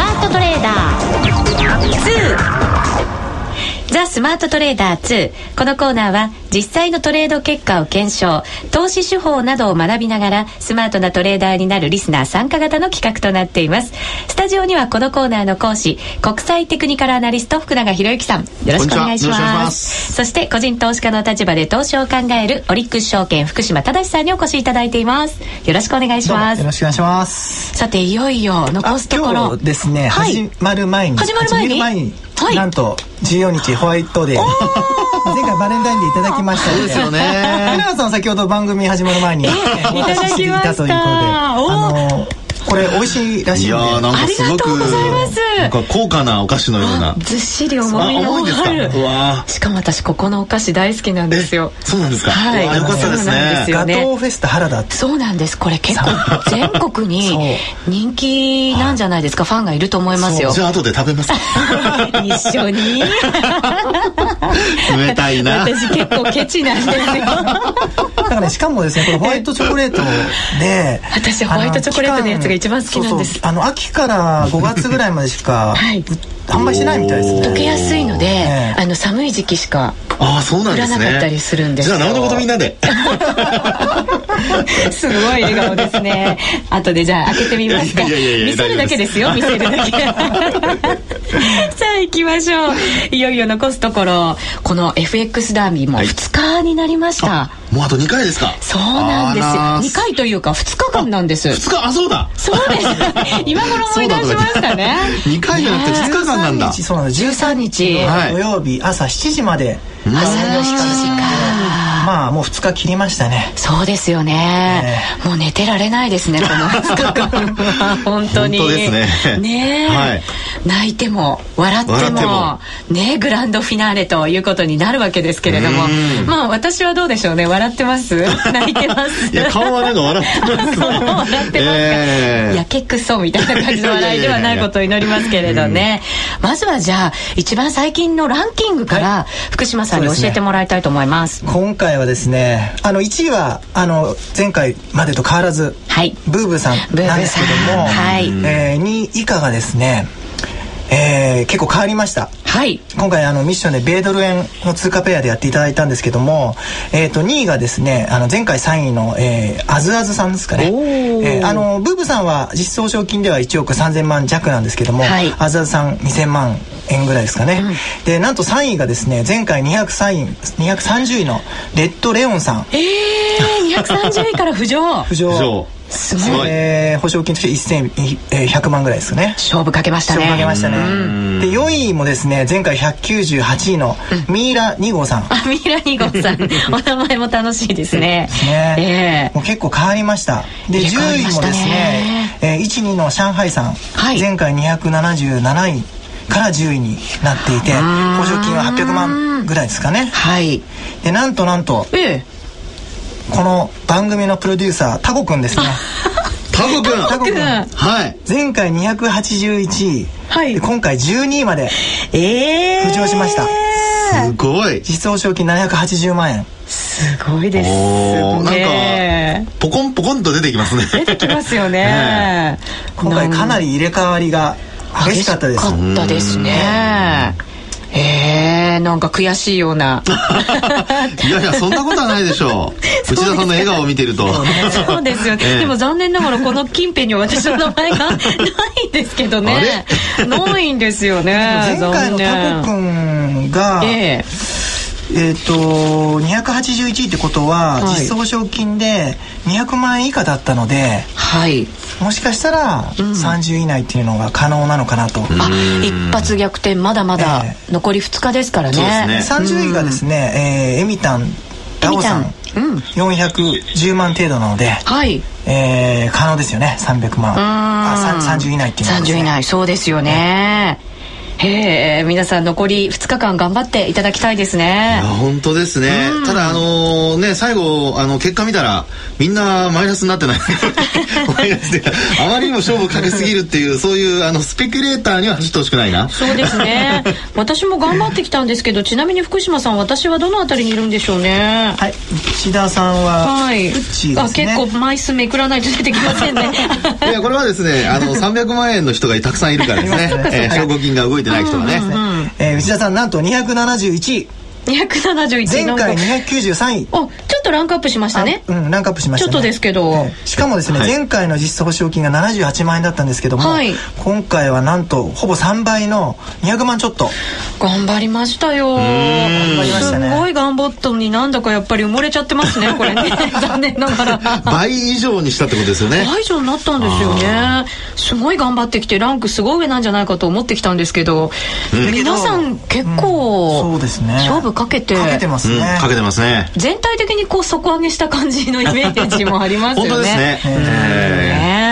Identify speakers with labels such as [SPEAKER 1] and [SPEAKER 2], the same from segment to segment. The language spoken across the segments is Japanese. [SPEAKER 1] ダー2ザ・スマートトレーダー2このコーナーは実際のトレード結果を検証投資手法などを学びながらスマートなトレーダーになるリスナー参加型の企画となっていますスタジオにはこのコーナーの講師国際テクニカルアナリスト福永博之さんよろしくお願いしますそして個人投資家の立場で投資を考えるオリックス証券福島正さんにお越しいただいていますよろしくお願いします
[SPEAKER 2] よろしくお願いします
[SPEAKER 1] さていよいよ残すところ
[SPEAKER 2] ですね、はい、始まる前に
[SPEAKER 1] 始まる前に
[SPEAKER 2] はい、なんと14日ホワイトデー前回バレンタインでいただきました
[SPEAKER 3] ですよね
[SPEAKER 2] 花田さん先ほど番組始まる前にい
[SPEAKER 1] ただきましたということであ
[SPEAKER 2] のこれ美味しいらしいい
[SPEAKER 3] やなんかすごくなんか高価なお菓子のような
[SPEAKER 1] ずっしり重みのあるしかも私ここのお菓子大好きなんですよ
[SPEAKER 3] そうなんですかはいよかったですね
[SPEAKER 2] ガトーフェスタ原田
[SPEAKER 1] そうなんですこれ結構全国 に人気なんじゃないですかファンがいると思いますよ
[SPEAKER 3] じゃあ後で食べます
[SPEAKER 1] 一緒に
[SPEAKER 3] 冷たいな
[SPEAKER 1] 私結構ケチなん ですよ
[SPEAKER 2] だからしかもですねこれホワイトチョコレートで
[SPEAKER 1] 私ホワイトチョコレートのやつが一番好きなんです
[SPEAKER 2] あの秋から5月ぐらいまでしか、はい、販売してないみたいですね
[SPEAKER 1] 溶けやすいので、えー、あの寒い時期しか
[SPEAKER 3] ああそうなんですね
[SPEAKER 1] 売らなかったりするんです
[SPEAKER 3] じゃあなおのことみんなで
[SPEAKER 1] すごい笑顔です ね後でじゃあ開けてみますか見せるだけですよ見せる だけさあ行きましょういよいよ残すところこの FX ダービーも2日になりました、はい
[SPEAKER 3] もうあと2回ですか
[SPEAKER 1] そうなんですよ2回というか2日間なんです
[SPEAKER 3] 2日あそうだ
[SPEAKER 1] そうです今頃思い出しましたね
[SPEAKER 3] 2回じゃなくて2日間なんだ
[SPEAKER 2] そうなんです13日、はい、土曜日朝7時まで
[SPEAKER 1] 朝の7時か
[SPEAKER 2] まあもう2日切りましたね
[SPEAKER 1] そうですよね、もう寝てられないですねこ の2日間は本当に
[SPEAKER 3] ね
[SPEAKER 1] ね泣いても笑ってもねグランドフィナーレということになるわけですけれどもまあ私はどうでしょうね笑って ます泣いてます
[SPEAKER 3] いや顔はなんか笑っ てます
[SPEAKER 1] 笑ってますか、やけくそみたいな感じの笑いではないことを祈りますけれどねまずはじゃあ一番最近のランキングから福島さんに教えてもらいたいと思います
[SPEAKER 2] 今回はですねあの1位はあの前回までと変わらず、はい、ブーブーさんなんですけども、はい、えー、2位以下がですね、えー、結構変わりました、
[SPEAKER 1] はい、
[SPEAKER 2] 今回あのミッションで米ドル円の通貨ペアでやっていただいたんですけども、えー、と2位がですねあの前回3位の、えー、あずあずさんですかね、えー、あのブーブーさんは実装賞金では1億3000万弱なんですけども、はい、あずあずさん2000万円ぐらいですかね、うん、でなんと3位がですね前回203位230位のレッドレオンさん
[SPEAKER 1] ええー、230位から 浮上
[SPEAKER 2] 浮上
[SPEAKER 1] すごい、
[SPEAKER 2] えー、保証金として1100万ぐらいですかね
[SPEAKER 1] 勝負かけましたね
[SPEAKER 2] 勝負かけましたねで4位もですね前回198位のミイラ2号さん、
[SPEAKER 1] あミイラ2号さ んお名前も楽しいですね
[SPEAKER 2] ね、えー、もう結構変わりましたで10位もですねね、えー、12の上海さん、はい、前回277位から10位になっていて補助金は800万ぐらいですかね
[SPEAKER 1] はい
[SPEAKER 2] でなんとなんと、えー、この番組のプロデューサータコくんですね
[SPEAKER 3] タコくん
[SPEAKER 1] タコくん
[SPEAKER 3] はい
[SPEAKER 2] 前回281位、はい、今回12位まで浮上しました、
[SPEAKER 3] えー、すごい
[SPEAKER 2] 実装賞金780万円
[SPEAKER 1] すごいですね。
[SPEAKER 3] なんかポコンポコンと出てきますね。
[SPEAKER 1] 出てきますよ ね。
[SPEAKER 2] 今回かなり入れ替わりが激しかったです。
[SPEAKER 1] かったですね。えー、なんか悔しいよう な
[SPEAKER 3] いやいやそんなことはないでし ょう内田さんの笑顔を見てると
[SPEAKER 1] そうです よ、ね、えー、でも残念ながらこの近辺に私の名前が ないんですけどねないんですよね
[SPEAKER 2] 前回のタコ君が、えーえーと、と281位ってことは、実装賞金で200万円以下だったので、
[SPEAKER 1] はい、
[SPEAKER 2] もしかしたら30位以内っていうのが可能なのかなと、
[SPEAKER 1] あ一発逆転まだまだ残り2日ですからね,、
[SPEAKER 2] えー、ね30位がですね、えー、エミタンダオさんうん、410万程度なので、
[SPEAKER 1] はい
[SPEAKER 2] えー、可能ですよね300万あ30以内っていうのは、
[SPEAKER 1] ね、30以内そうですよね、ねへえ皆さん残り2日間頑張っていただきたいですね
[SPEAKER 3] いや本当ですね、うん、ただあのー、ね最後あの結果見たらみんなマイナスになってない マイナスであまりにも勝負かけすぎるっていうそういうあのスペキュレーターには走ってほしくないな
[SPEAKER 1] そうです ね私も頑張ってきたんですけどちなみに福島さん私はどのあたりにいるんでしょうね
[SPEAKER 2] はい内田さんは
[SPEAKER 1] はい、ね、あ結構枚数めくらないと出てきませんね
[SPEAKER 3] いやここれはですね、あの、300万円の人がたくさんいるか らですね
[SPEAKER 2] います、ね
[SPEAKER 3] えー証拠金が動いてない人がね。
[SPEAKER 2] えー内田さんなんと271位
[SPEAKER 1] 271
[SPEAKER 2] 前
[SPEAKER 1] なん
[SPEAKER 2] 回
[SPEAKER 1] か
[SPEAKER 2] 293位
[SPEAKER 1] おちょっとランクアップしましたね
[SPEAKER 2] うん、ランクアップしました、ね、
[SPEAKER 1] ちょっとですけど
[SPEAKER 2] ええしかもですね、
[SPEAKER 3] はい
[SPEAKER 2] 前回の実質保証金が78万円だったんですけども、
[SPEAKER 1] はい
[SPEAKER 2] 今回はなんとほぼ3倍の200万ちょっと
[SPEAKER 1] 頑張りましたよ
[SPEAKER 2] 張りましたね
[SPEAKER 1] すごい頑張ったのになんだかやっぱり埋もれちゃってます ねこれね 残念ながら
[SPEAKER 3] 倍以上にしたってことですよね。
[SPEAKER 1] 大丈夫になったんですよねすごい頑張ってきてランクすごい上なんじゃないかと思ってきたんですけど、皆さん結構、
[SPEAKER 2] うんそうですね
[SPEAKER 1] 勝負かけて
[SPEAKER 2] かけてます
[SPEAKER 3] うん、
[SPEAKER 2] ね、
[SPEAKER 3] かけてますね。
[SPEAKER 1] 全体的にこう底上げした感じのイメージもありますよね
[SPEAKER 3] 本当ですね。えー
[SPEAKER 1] ね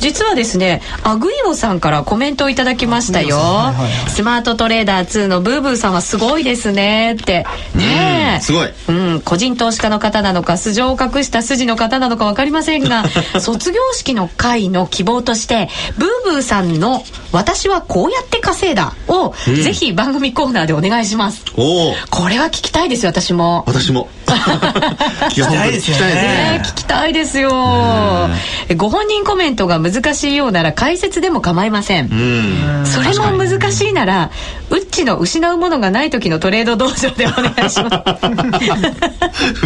[SPEAKER 1] 実はですねアグイオさんからコメントをいただきましたよ、
[SPEAKER 2] アグイオさんはいはいはい
[SPEAKER 1] スマートトレーダー2のブーブーさんはすごいですねってねえ、
[SPEAKER 3] うんすごい
[SPEAKER 1] うん、個人投資家の方なのか素性を隠した筋の方なのか分かりません が卒業式の会の希望としてブーブーさんの「私はこうやって稼いだ」を、ぜひ番組コーナーでお願いします
[SPEAKER 3] おお、
[SPEAKER 1] これは聞きたいですよ私も
[SPEAKER 3] 私も。いや本当に聞きたいです
[SPEAKER 1] ね
[SPEAKER 3] ね
[SPEAKER 1] え。聞きたいですよご本人コメントが難しいようなら解説でも構いません
[SPEAKER 3] うん。
[SPEAKER 1] それも難しいならウッチの失うものがない時のトレード道場でお願いしま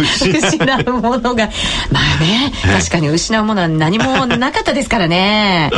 [SPEAKER 1] す 失うものがまあね確かに失うものは何もなかったですから ねね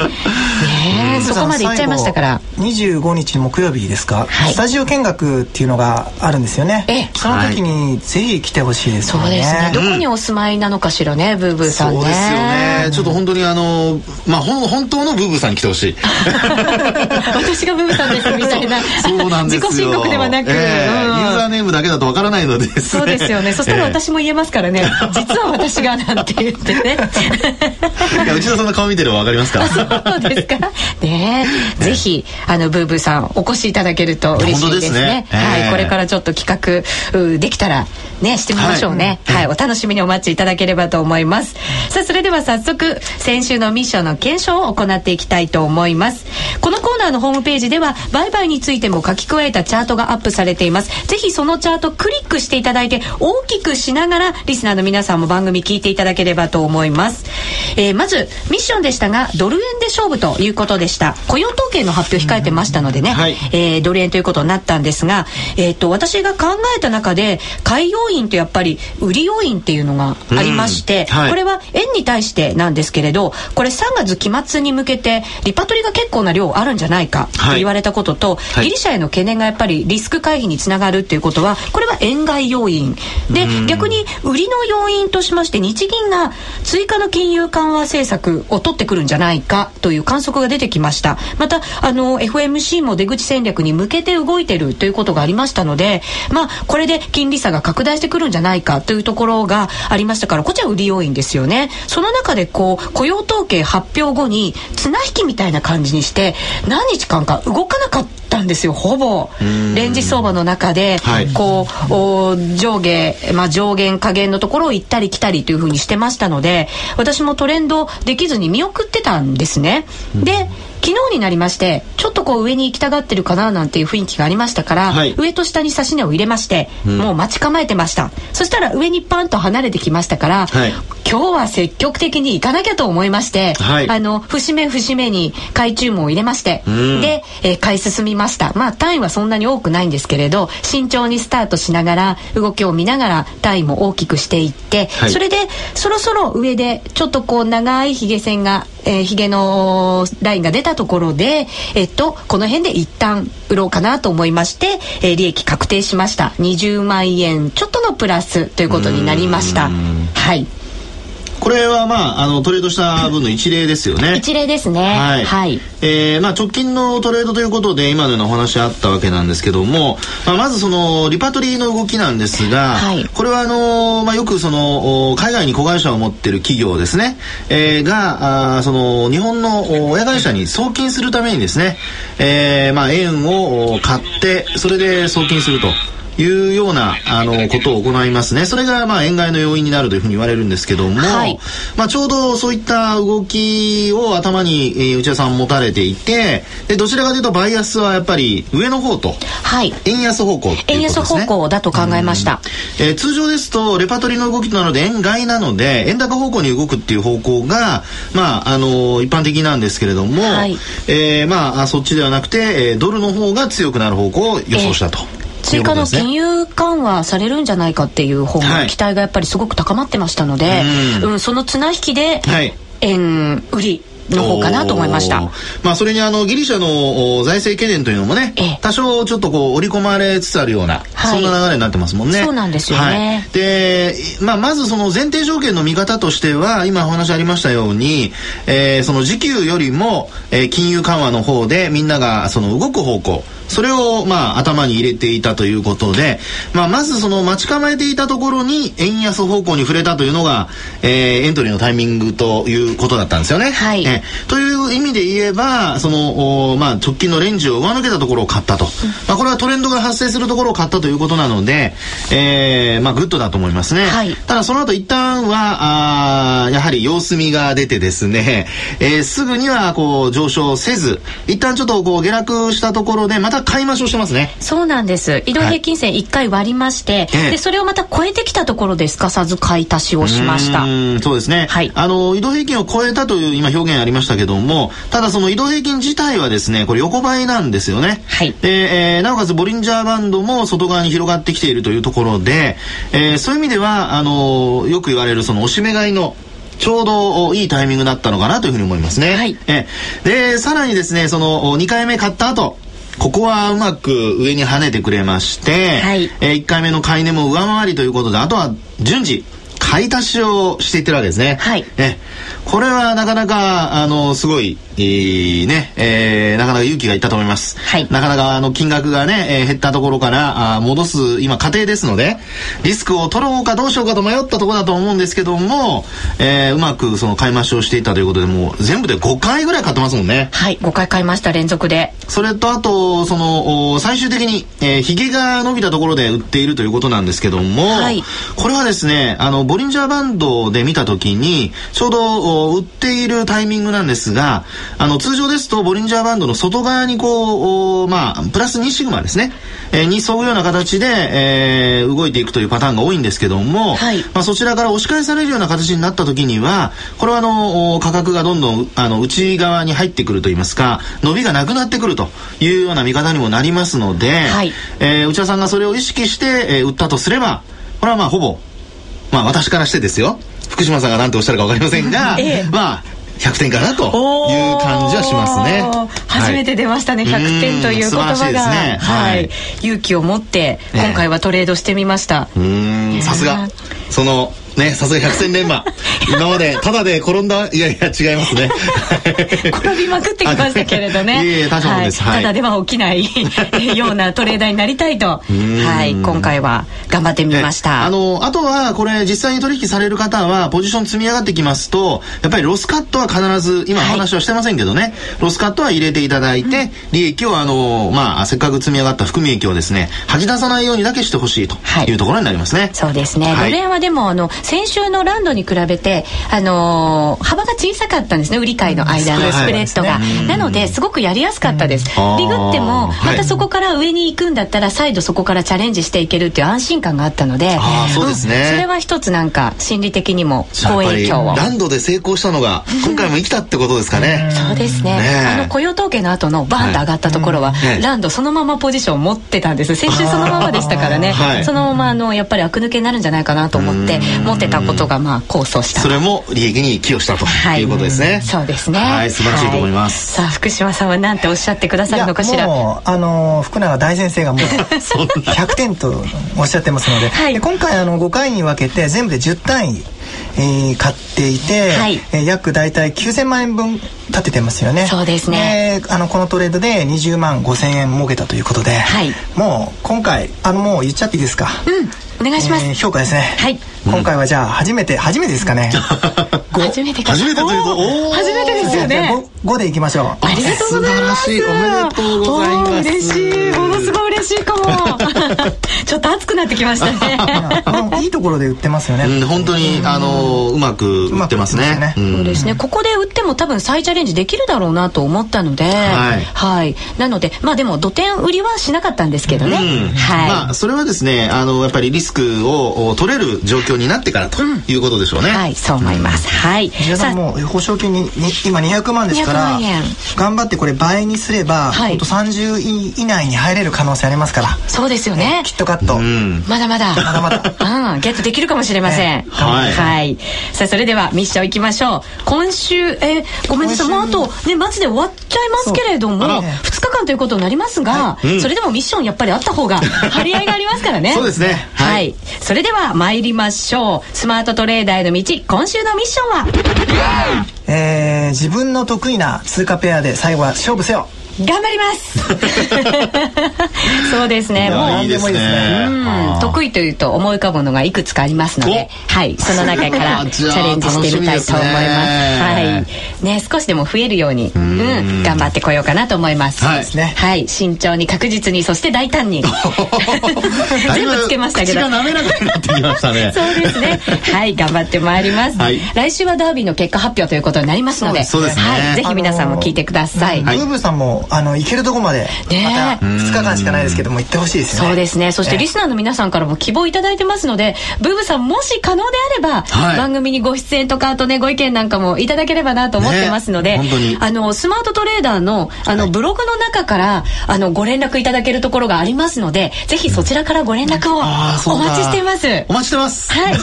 [SPEAKER 1] えそこまで行っちゃいましたから
[SPEAKER 2] 最後25日木曜日ですか、
[SPEAKER 1] はい
[SPEAKER 2] スタジオ見学っていうのがあるんですよね、
[SPEAKER 1] ええ
[SPEAKER 2] その時にぜひ来てほしいです
[SPEAKER 1] そ
[SPEAKER 2] よ
[SPEAKER 1] う
[SPEAKER 2] ね
[SPEAKER 1] ですねどこにお住まいなのかしらねブーブーさんね
[SPEAKER 3] そうですよね。ちょっと本当にあの、まあ、ほん本当のブーブーさんに来てほしい。
[SPEAKER 1] 私がブーブーさんですみたいな
[SPEAKER 3] そうなんです
[SPEAKER 1] 自
[SPEAKER 3] よ。
[SPEAKER 1] 己申告ではなく、
[SPEAKER 3] ええ
[SPEAKER 1] うん
[SPEAKER 3] ユーザーネームだけだとわからないのです、ね。
[SPEAKER 1] そうです よね。そしたら私も言えますからね。実は私がなんて言ってね。
[SPEAKER 3] ええ。いや、内田さんの顔見てればわかりますから。
[SPEAKER 1] そうですか。ねえ、ぜひあのブーブーさんお越しいただけると嬉しいですね。
[SPEAKER 3] 本当ですね
[SPEAKER 1] は
[SPEAKER 3] え
[SPEAKER 1] い、
[SPEAKER 3] え
[SPEAKER 1] これからちょっと企画うーできたらねしてみましょうね。はい、お楽しみにお待ちいただければと思います。さあそれでは早速先週のミッションの検証を行っていきたいと思います。このコーナーのホームページでは売買についても書き加えたチャートがアップされています。ぜひそのチャートクリックしていただいて大きくしながらリスナーの皆さんも番組聞いていただければと思います。えーまずミッションでしたがドル円で勝負ということでした。雇用統計の発表控えてましたのでね、
[SPEAKER 3] はい
[SPEAKER 1] えードル円ということになったんですが、えーっと私が考えた中で買い要因とやっぱり売り要因っていうのがありまして、
[SPEAKER 3] うんはい
[SPEAKER 1] これは円に対してなんですけれどこれ3月期末に向けてリパトリが結構な量あるんじゃないかと言われたことと、
[SPEAKER 3] い
[SPEAKER 1] ギリシャへの懸念がやっぱりリスク回避につながるということはこれは円買い要因で逆に売りの要因としまして日銀が追加の金融緩和政策を取ってくるんじゃないかという観測が出てきましたまたあの FMC も出口戦略に向けて動いてるということがありましたのでまあこれで金利差が拡大してくるんじゃないかというところがありましたからこっちは売り要因ですよねその中でこう雇用統計発表後に綱引きみたいな感じにして何日間か動かなかったったんですよほぼレンジ相場の中で、
[SPEAKER 3] はい
[SPEAKER 1] こうお上下、まあ、上限下限のところを行ったり来たりというふうにしてましたので私もトレンドできずに見送ってたんですね。で昨日になりましてちょっとこう上に行きたがってるかななんていう雰囲気がありましたから、
[SPEAKER 3] はい
[SPEAKER 1] 上と下に指し値を入れまして、もう待ち構えてましたそしたら上にパンと離れてきましたから、
[SPEAKER 3] はい
[SPEAKER 1] 今日は積極的に行かなきゃと思いまして、
[SPEAKER 3] はい
[SPEAKER 1] あの節目節目に買い注文を入れまして、
[SPEAKER 3] ん
[SPEAKER 1] で、えー買い進みましたまあ単位はそんなに多くないんですけれど慎重にスタートしながら動きを見ながら単位も大きくしていって、
[SPEAKER 3] はい
[SPEAKER 1] それでそろそろ上でちょっとこう長いひげ線が、えー、ひげのラインが出たところでえっとこの辺で一旦売ろうかなと思いまして、えー利益確定しました20万円ちょっとのプラスということになりましたはい
[SPEAKER 3] これはまあ、あの、トレードした分の一例ですよね。
[SPEAKER 1] 一例ですね
[SPEAKER 3] はい、
[SPEAKER 1] はい
[SPEAKER 3] えーまあ、直近のトレードということで今のようなお話あったわけなんですけども、まあ、まずそのリパトリーの動きなんですが、
[SPEAKER 1] はい
[SPEAKER 3] これはあのーまあ、よくそのお海外に子会社を持ってる企業ですね、えーがあーその日本のお親会社に送金するためにですね、えーまあ、円をお買ってそれで送金すると。いうような、あの、ことを行いますね。それが、まあ、円買いの要因になるというふうに言われるんですけども、
[SPEAKER 1] はい
[SPEAKER 3] まあ、ちょうどそういった動きを頭に、えー内田さん持たれていて、で、どちらかというと、バイアスはやっぱり上の方と、
[SPEAKER 1] はい
[SPEAKER 3] 円安方向って
[SPEAKER 1] 円
[SPEAKER 3] いうこと
[SPEAKER 1] 安
[SPEAKER 3] ですね。
[SPEAKER 1] 方向だと考えました、
[SPEAKER 3] えー通常ですと、レパートリーの動きなので、円買いなので、円高方向に動くっていう方向が、まあ、あのー一般的なんですけれども、
[SPEAKER 1] はい
[SPEAKER 3] えーまああ、そっちではなくて、えードルの方が強くなる方向を予想したと。
[SPEAKER 1] 追加の
[SPEAKER 3] いうことですね
[SPEAKER 1] 金融緩和されるんじゃないかっていう方
[SPEAKER 3] は
[SPEAKER 1] の
[SPEAKER 3] い
[SPEAKER 1] 期待がやっぱりすごく高まってましたので、
[SPEAKER 3] うん
[SPEAKER 1] うん、その綱引きで
[SPEAKER 3] はい
[SPEAKER 1] 円売りの方かなと思いまし
[SPEAKER 3] お
[SPEAKER 1] た
[SPEAKER 3] ー。まあ、それにあのギリシャのお財政懸念というのもね
[SPEAKER 1] ええ、
[SPEAKER 3] 多少ちょっとこう織り込まれつつあるような、
[SPEAKER 1] はい
[SPEAKER 3] そんな流れになってますもんね。
[SPEAKER 1] そうなんですよね
[SPEAKER 3] はい、で、まあ、まずその前提条件の見方としては、今お話ありましたように、えーその時給よりも、えー金融緩和の方でみんながその動く方向。それを、まあ、頭に入れていたということで、まあ、まずその待ち構えていたところに円安方向に触れたというのが、えーエントリーのタイミングということだったんですよね。
[SPEAKER 1] はい
[SPEAKER 3] ええという意味で言えばその、おまあ、直近のレンジを上抜けたところを買ったと、まあ、これはトレンドが発生するところを買ったということなので、えーまあ、グッドだと思いますね、
[SPEAKER 1] はい
[SPEAKER 3] ただその後一旦はあーやはり様子見が出てですね、 えーすぐにはこう上昇せず一旦ちょっとこう下落したところでまた買い増しをしてますね
[SPEAKER 1] そうなんです移動平均線1回割りまして、
[SPEAKER 3] ええ
[SPEAKER 1] でそれをまた超えてきたところですかさず買い足しをしました
[SPEAKER 3] うーんそうですね。
[SPEAKER 1] はい
[SPEAKER 3] あの、移動平均を超えたという今表現ありましたけども、ただその移動平均自体はですね、これ横ばいなんですよね。
[SPEAKER 1] はい
[SPEAKER 3] で、えーなおかつボリンジャーバンドも外側に広がってきているというところで、えーそういう意味では、あの、よく言われるそのおしめ買いのちょうどおいいタイミングだったのかなというふうに思いますね。
[SPEAKER 1] はい
[SPEAKER 3] えーで、さらにですね、そのお2回目買った後、ここはうまく上に跳ねてくれまして、
[SPEAKER 1] はい
[SPEAKER 3] え1回目の買い値も上回りということで、あとは順次、買い足しをしていってるわけですね。
[SPEAKER 1] はい
[SPEAKER 3] えこれはなかなか、あの、すごい、いいね、えーなかなか勇気がいったと思います。
[SPEAKER 1] はい
[SPEAKER 3] なかなか、あの、金額がね、えー減ったところから、あー戻す、今、家庭ですので、リスクを取ろうかどうしようかと迷ったところだと思うんですけども、えーうまく、その、買い増しをしていったということで、もう、全部で5回ぐらい買ってますもんね。
[SPEAKER 1] はい5回買いました連続で
[SPEAKER 3] それとあとそのお最終的に、えー、ヒゲが伸びたところで売っているということなんですけども、
[SPEAKER 1] はい
[SPEAKER 3] これはですねあのボリンジャーバンドで見た時にちょうどお売っているタイミングなんですがあの通常ですとボリンジャーバンドの外側にこうおまあプラス2シグマですね、えーに沿うような形で、えー動いていくというパターンが多いんですけども、
[SPEAKER 1] はい
[SPEAKER 3] まあ、そちらから押し返されるような形になった時にはこれはあのお価格がどんどんあの内側に入ってくるといいますか伸びがなくなってくるというような見方にもなりますので、
[SPEAKER 1] はい
[SPEAKER 3] えー内田さんがそれを意識して、えー売ったとすればこれはまあほぼ、まあ、私からしてですよ福島さんが何ておっしゃるか分かりませんが、
[SPEAKER 1] ええ
[SPEAKER 3] まあ100点かなという感じはしますね。
[SPEAKER 1] おー初め
[SPEAKER 3] はい
[SPEAKER 1] て出ましたね、100点という言葉
[SPEAKER 3] うん素晴ら
[SPEAKER 1] が、
[SPEAKER 3] しいですね
[SPEAKER 1] は
[SPEAKER 3] はいい、
[SPEAKER 1] 勇気を持って
[SPEAKER 3] ええ
[SPEAKER 1] 今回はトレードしてみました、
[SPEAKER 3] うーんさすがそのねさすが百戦錬磨今までただで転んだいやいや違いますね
[SPEAKER 1] 転びまくってきましたけれどね
[SPEAKER 3] いえいえ大したもんです
[SPEAKER 1] は、
[SPEAKER 3] はいい
[SPEAKER 1] ただでは起きない ようなトレーダーになりたい と、
[SPEAKER 3] ん
[SPEAKER 1] はい、今回は頑張ってみまし
[SPEAKER 3] ええ
[SPEAKER 1] た、
[SPEAKER 3] あの、あとは、これ、実際に取引される方は、ポジション積み上がってきますと、やっぱりロスカットは必ず、今お
[SPEAKER 1] はい
[SPEAKER 3] 話はしてませんけどね、ロスカットは入れていただいて、利益を、あの、まあ、せっかく積み上がった含み益をですね、吐き出さないようにだけしてほしいと
[SPEAKER 1] はい
[SPEAKER 3] いうところになりますね。
[SPEAKER 1] そうですね、
[SPEAKER 3] はい
[SPEAKER 1] ドル円はでもあの先週のランドに比べて、あのー幅が小さかったんですね売り買いの間のス
[SPEAKER 3] ス
[SPEAKER 1] プ
[SPEAKER 3] プ
[SPEAKER 1] レ
[SPEAKER 3] レ
[SPEAKER 1] ッドが、なのですごくやりやすかったです、
[SPEAKER 3] うん
[SPEAKER 1] リグっても
[SPEAKER 3] あーは
[SPEAKER 1] ま
[SPEAKER 3] い
[SPEAKER 1] たそこから上に行くんだったら再度そこからチャレンジしていけるっていう安心感があったので
[SPEAKER 3] あーそうですね
[SPEAKER 1] んそれは一つなんか心理的にも
[SPEAKER 3] や
[SPEAKER 1] 好
[SPEAKER 3] っぱ
[SPEAKER 1] 影
[SPEAKER 3] り、
[SPEAKER 1] 響を
[SPEAKER 3] ランドで成功したのが、今回も生きたってことですかね。
[SPEAKER 1] そうですね
[SPEAKER 3] ねえ
[SPEAKER 1] あの雇用統計の後のバーンと上がったところは、
[SPEAKER 3] いうん
[SPEAKER 1] ランドそのままポジションを持ってたんです先週そのままでしたからね、
[SPEAKER 3] あーはい
[SPEAKER 1] そのままあのやっぱり悪抜けになるんじゃないかなと思って持ってたことがまあ構想した
[SPEAKER 3] それも利益に寄与したと
[SPEAKER 1] はい
[SPEAKER 3] いうことですね。
[SPEAKER 1] そうですね
[SPEAKER 3] はい、素晴らしいと思います。
[SPEAKER 1] はいさあ福島さんは何ておっしゃってくださるのかしら
[SPEAKER 2] もうあの福永大先生がもう
[SPEAKER 3] そんな
[SPEAKER 2] 100点とおっしゃってますので,、
[SPEAKER 1] はい
[SPEAKER 2] で今回あの5回に分けて全部で10単位、えー買っていて、
[SPEAKER 1] はい
[SPEAKER 2] えー約大体9000万円分立ててますよね
[SPEAKER 1] そうですね
[SPEAKER 2] であのこのトレードで20万5000円儲けたということで、
[SPEAKER 1] はい
[SPEAKER 2] もう今回あのもう言っちゃっていいですか、
[SPEAKER 1] うんお願いします、
[SPEAKER 2] えー評価ですね、
[SPEAKER 1] はい
[SPEAKER 2] 今回 はじゃあ初めて初めてですかね
[SPEAKER 1] 初めてか
[SPEAKER 3] 初めてというと、
[SPEAKER 1] おー
[SPEAKER 3] おー
[SPEAKER 1] 初めてですよね
[SPEAKER 2] じゃあご5でいきましょ う
[SPEAKER 1] ありがとうございます。
[SPEAKER 3] 素晴らしいおめでとうございます
[SPEAKER 1] おー嬉しい。ものすごい嬉しいかも。 ちょっと熱くなってきましたね。
[SPEAKER 2] でもいいところで売ってますよね、
[SPEAKER 3] うん、本当に、あのーうまく売ってます
[SPEAKER 2] う
[SPEAKER 3] ね
[SPEAKER 2] ま。く
[SPEAKER 3] う
[SPEAKER 2] 売
[SPEAKER 1] そうんですね。ここで売っても多分再チャレンジできるだろうなと思ったので、はいなので、まあでも土点売りはしなかったんですけどね。
[SPEAKER 3] うん
[SPEAKER 1] はい。
[SPEAKER 3] まあ、それはですね、あの、やっぱりリスクをお取れる状況になってからということでしょうね。
[SPEAKER 1] はい、そう思います。はい。
[SPEAKER 2] 皆さんもう保証金にに今200万ですから
[SPEAKER 1] 200万円
[SPEAKER 2] 頑張ってこれ倍にすれば、
[SPEAKER 1] はい
[SPEAKER 2] ほんと30位以内に入れる可能性ありますから
[SPEAKER 1] そうですよね。
[SPEAKER 2] キットカット、
[SPEAKER 3] うん。
[SPEAKER 1] まだまだ。
[SPEAKER 2] まだまだ
[SPEAKER 1] うん、ゲットできるかもしれません。
[SPEAKER 2] ね
[SPEAKER 3] はい
[SPEAKER 1] さあ、それではミッション行きましょう。今週、えーごめんなさい、もう
[SPEAKER 2] 今
[SPEAKER 1] あと、ね、
[SPEAKER 2] 週
[SPEAKER 1] 末で終わっちゃいますけれども、
[SPEAKER 3] そうあら
[SPEAKER 1] 2日間ということになりますが、
[SPEAKER 3] うん
[SPEAKER 1] それでもミッションやっぱりあった方が、張り合いがありますからね。
[SPEAKER 3] そうですね
[SPEAKER 1] はい。
[SPEAKER 3] は
[SPEAKER 1] それでは参りましょう。スマートトレーダーへの道、今週のミッションは、
[SPEAKER 2] えー自分の得意な通貨ペアで最後は勝負せよ
[SPEAKER 1] 頑張りますそうです
[SPEAKER 3] い
[SPEAKER 1] ね、もう
[SPEAKER 3] や、いいですね
[SPEAKER 2] もう何。
[SPEAKER 1] うん得意というと思い浮かぶのがいくつかありますので、はい、その中からチ
[SPEAKER 3] じゃあ
[SPEAKER 1] ャレンジしてみたいと思います。
[SPEAKER 3] 楽しみです
[SPEAKER 1] はい、ね少しでも増えるように、うん頑張ってこようかなと思います。
[SPEAKER 3] はい
[SPEAKER 2] ですね
[SPEAKER 1] はい慎重に確実にそして大胆に全部つけましたけど
[SPEAKER 3] だい。ぶ口が滑らかになってきました ね。
[SPEAKER 1] そうですね。はい、頑張ってまいります。
[SPEAKER 3] はい
[SPEAKER 1] 来週はダービーの結果発表ということになりますので、
[SPEAKER 3] そうですね
[SPEAKER 1] はい、ぜひ皆さんも聞いてください。
[SPEAKER 2] ブーブーさんもあの行けるとこまで
[SPEAKER 1] ねえ
[SPEAKER 2] また2日間しかないですけども行ってほしいですよね
[SPEAKER 1] そうですね。そしてリスナーの皆さんからも希望いただいてますので、ブーブさんもし可能であれば、
[SPEAKER 3] はい
[SPEAKER 1] 番組にご出演とか、あとね、ご意見なんかもいただければなと思ってますので、
[SPEAKER 3] ね本当に
[SPEAKER 1] あの、スマートトレーダーの、あの、ブログの中から、あの、ご連絡いただけるところがありますので、ぜひそちらからご連絡を
[SPEAKER 3] あーそう
[SPEAKER 1] お
[SPEAKER 3] だ
[SPEAKER 1] 待ちしています。
[SPEAKER 3] お待ちしてます。
[SPEAKER 1] はい。ぜ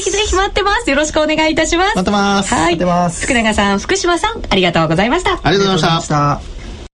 [SPEAKER 1] ひぜひ待ってます。よろしくお願いいたします。
[SPEAKER 3] 待ってます。
[SPEAKER 1] はい。
[SPEAKER 2] 待ってます
[SPEAKER 1] 福永さん、福島さん、ありがとうございました。
[SPEAKER 3] ありがとうございました
[SPEAKER 2] ありがとうございました